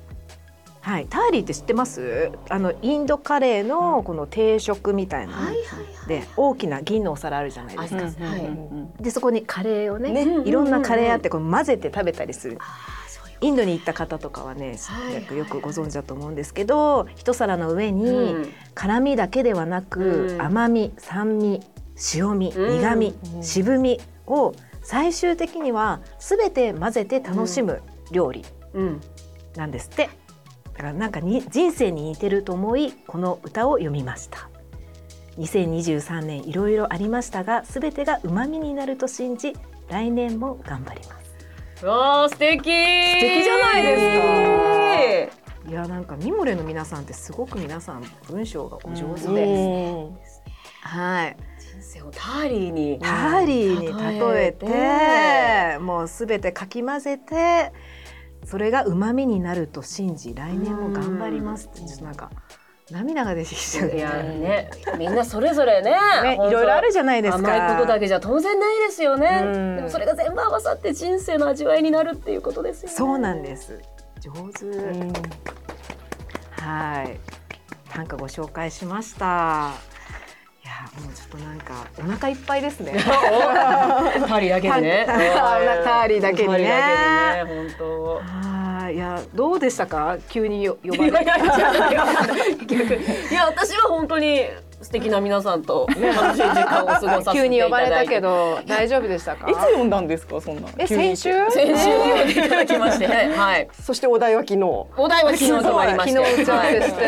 Speaker 1: はい、ターリーって知ってますあのインドカレーのこの定食みたいな、で大きな銀のお皿あるじゃないですか、
Speaker 4: はい
Speaker 1: でそこにカレーをね
Speaker 4: ね
Speaker 1: いろんなカレーあってこう混ぜて食べたりするインドに行った方とかはねよくご存知だと思うんですけど一皿の上に、
Speaker 4: うん
Speaker 1: 辛みだけではなく、
Speaker 4: うん
Speaker 1: 甘み酸味塩味
Speaker 4: うん
Speaker 1: 苦味、渋みを最終的には全て混ぜて楽しむ料理
Speaker 4: うん
Speaker 1: なんですって、だからなんかに人生に似てると思いこの歌を読みました2023年いろいろありましたが全てが旨味になると信じ来年も頑張ります
Speaker 4: わあ素敵素敵
Speaker 1: 敵じゃないです
Speaker 4: か
Speaker 1: いやなんかミモレの皆さんってすごく皆さん文章がお上手
Speaker 4: う
Speaker 1: で、
Speaker 3: うん
Speaker 1: はい
Speaker 4: 人生をターリーに
Speaker 1: ターリーに例えてもうすべてかき混ぜてそれが旨味になると信じ来年も頑張りますってちょっとなんか涙が出てきちゃう
Speaker 4: い
Speaker 1: ね
Speaker 4: やねみんなそれぞれね
Speaker 1: ねい
Speaker 4: 本当
Speaker 1: ろいろあるじゃないですか
Speaker 4: 甘いことだけじゃ当然ないですよね
Speaker 1: うん
Speaker 4: でもそれが全部合わさって人生の味わいになるっていうことですよね
Speaker 1: そうなんです上手、はい短歌ご紹介しましたいやもうちょっとなんかお腹いっぱいですね
Speaker 4: ターリーだけでね
Speaker 1: タターリーだけにね
Speaker 4: ターリーだけにね本当
Speaker 1: はいいやどうでしたか急によ呼ば
Speaker 4: い
Speaker 1: れ
Speaker 4: やい
Speaker 1: て
Speaker 4: やいや逆にいや私は本当に素敵な皆さんとね楽しい時間を過ごさせていただいて
Speaker 1: 急に呼ばれたけど大丈夫でしたか
Speaker 2: いつ読んだんですかそんな
Speaker 1: え
Speaker 2: 急
Speaker 1: 先
Speaker 2: に
Speaker 1: 週
Speaker 4: 先週読んでいただきましてね はい
Speaker 3: そしてお題は昨日。
Speaker 4: お題は昨日決まりま
Speaker 1: 昨
Speaker 4: し
Speaker 1: 日
Speaker 4: て
Speaker 1: 打ち合わせして、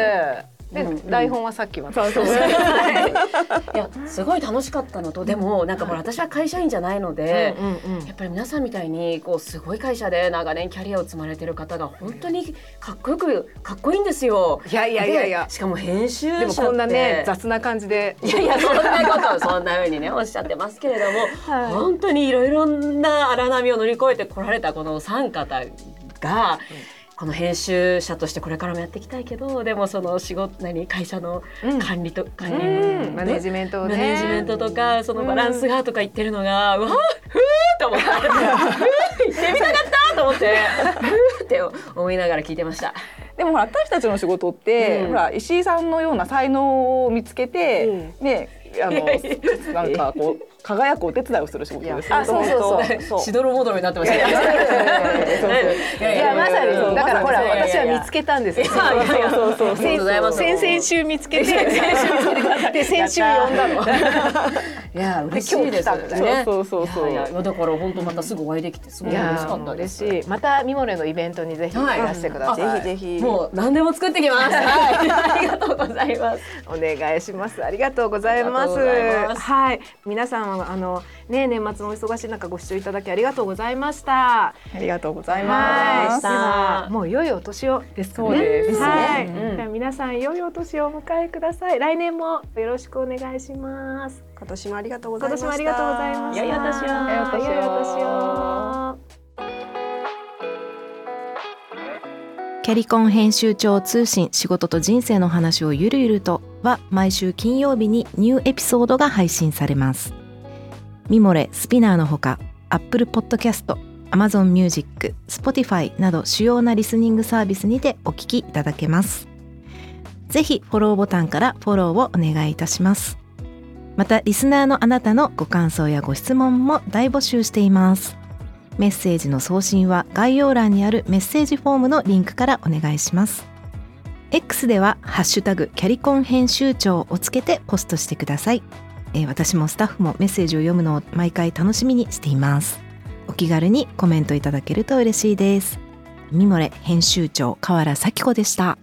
Speaker 1: で、
Speaker 4: うん
Speaker 1: 台本はさっき渡し
Speaker 4: そう
Speaker 1: た
Speaker 4: そうはいいやすごい楽しかったのとでもなんかほら私は会社員じゃないので、
Speaker 1: うんうんうん
Speaker 4: やっぱり皆さんみたいにこうすごい会社で長年キャリアを積まれてる方が本当にかっこよくかっこいいんですよ。
Speaker 1: いやいやいやいや
Speaker 4: でしかも編集者って
Speaker 1: でもこんなね雑な感じで
Speaker 4: いやいやそんなことそんな風にねおっしゃってますけれども、
Speaker 1: はい
Speaker 4: 本当にいろいろな荒波を乗り越えてこられたこのお三方が、この編集者としてこれからもやっていきたいけどでもその仕事何会社の
Speaker 1: うん
Speaker 4: 管理と、管理
Speaker 1: う
Speaker 4: の
Speaker 1: んマネジメントをね
Speaker 4: マネジメントとかそのバランスがとか言ってるのが、うわふーと思ってふー言ってみたかったと思ってふーって思いながら聞いてました。
Speaker 2: でもほら私たちの仕事って、
Speaker 4: うん
Speaker 2: ほら石井さんのような才能を見つけて、ねあのなんかこう輝くお手伝いをする仕事ですよ
Speaker 1: あそうそうそう そう
Speaker 4: しどろもどろになってましたね。
Speaker 1: いやまさに
Speaker 4: うん
Speaker 1: だからほら
Speaker 4: まさ
Speaker 1: 私
Speaker 4: に
Speaker 1: は見つけたんですよ。そうそうそう
Speaker 4: ありがとうございます
Speaker 1: 先々週見つけてで先週呼んだの。
Speaker 4: いや嬉しいです
Speaker 1: 今日来た
Speaker 4: ね。
Speaker 2: そうそうそうそう
Speaker 4: いやいやだから本当またすぐお会いできてすごい
Speaker 1: い
Speaker 4: 嬉
Speaker 1: や
Speaker 4: しかったで
Speaker 1: 嬉
Speaker 4: す。
Speaker 1: しい。またミモレのイベントにぜひい
Speaker 4: はい
Speaker 1: らしてください。
Speaker 4: あ
Speaker 3: ぜひぜひ
Speaker 4: もう何でも作ってきます。はい、 ありがとうございます。
Speaker 1: お願いします。ありがとうございます。
Speaker 4: ありがとうございます
Speaker 1: はい、皆さんはあのね年末のお忙しい中ご視聴いただきありがとうございました。
Speaker 2: ありがとうござ
Speaker 1: は
Speaker 2: い
Speaker 1: い
Speaker 2: ます。
Speaker 1: ではもう良いお年をですかね。
Speaker 2: そうです
Speaker 1: はい。
Speaker 4: うんうん
Speaker 1: じゃあ皆さん良いお年をお迎えください。来年もよろしくお願いします。
Speaker 3: 今年もありがとうござ
Speaker 1: 今
Speaker 3: いまし
Speaker 1: 年
Speaker 3: た。
Speaker 1: もありがとうございました。
Speaker 4: 良いお年を
Speaker 1: 良いお年を。
Speaker 6: キャリコン編集長通信仕事と人生の話をゆるゆるとは毎週金曜日にニューエピソードが配信されます。ミモレ、スピナーのほか、Apple Podcast、Amazon Music、Spotify など主要なリスニングサービスにてお聞きいただけます。ぜひフォローボタンからフォローをお願いいたします。またリスナーのあなたのご感想やご質問も大募集しています。メッセージの送信は概要欄にあるメッセージフォームのリンクからお願いします。X ではハッシュタグキャリコン編集長をつけてポストしてください。えー私もスタッフもメッセージを読むのを毎回楽しみにしています。お気軽にコメントいただけると嬉しいです。ミモレ編集長河原咲子でした。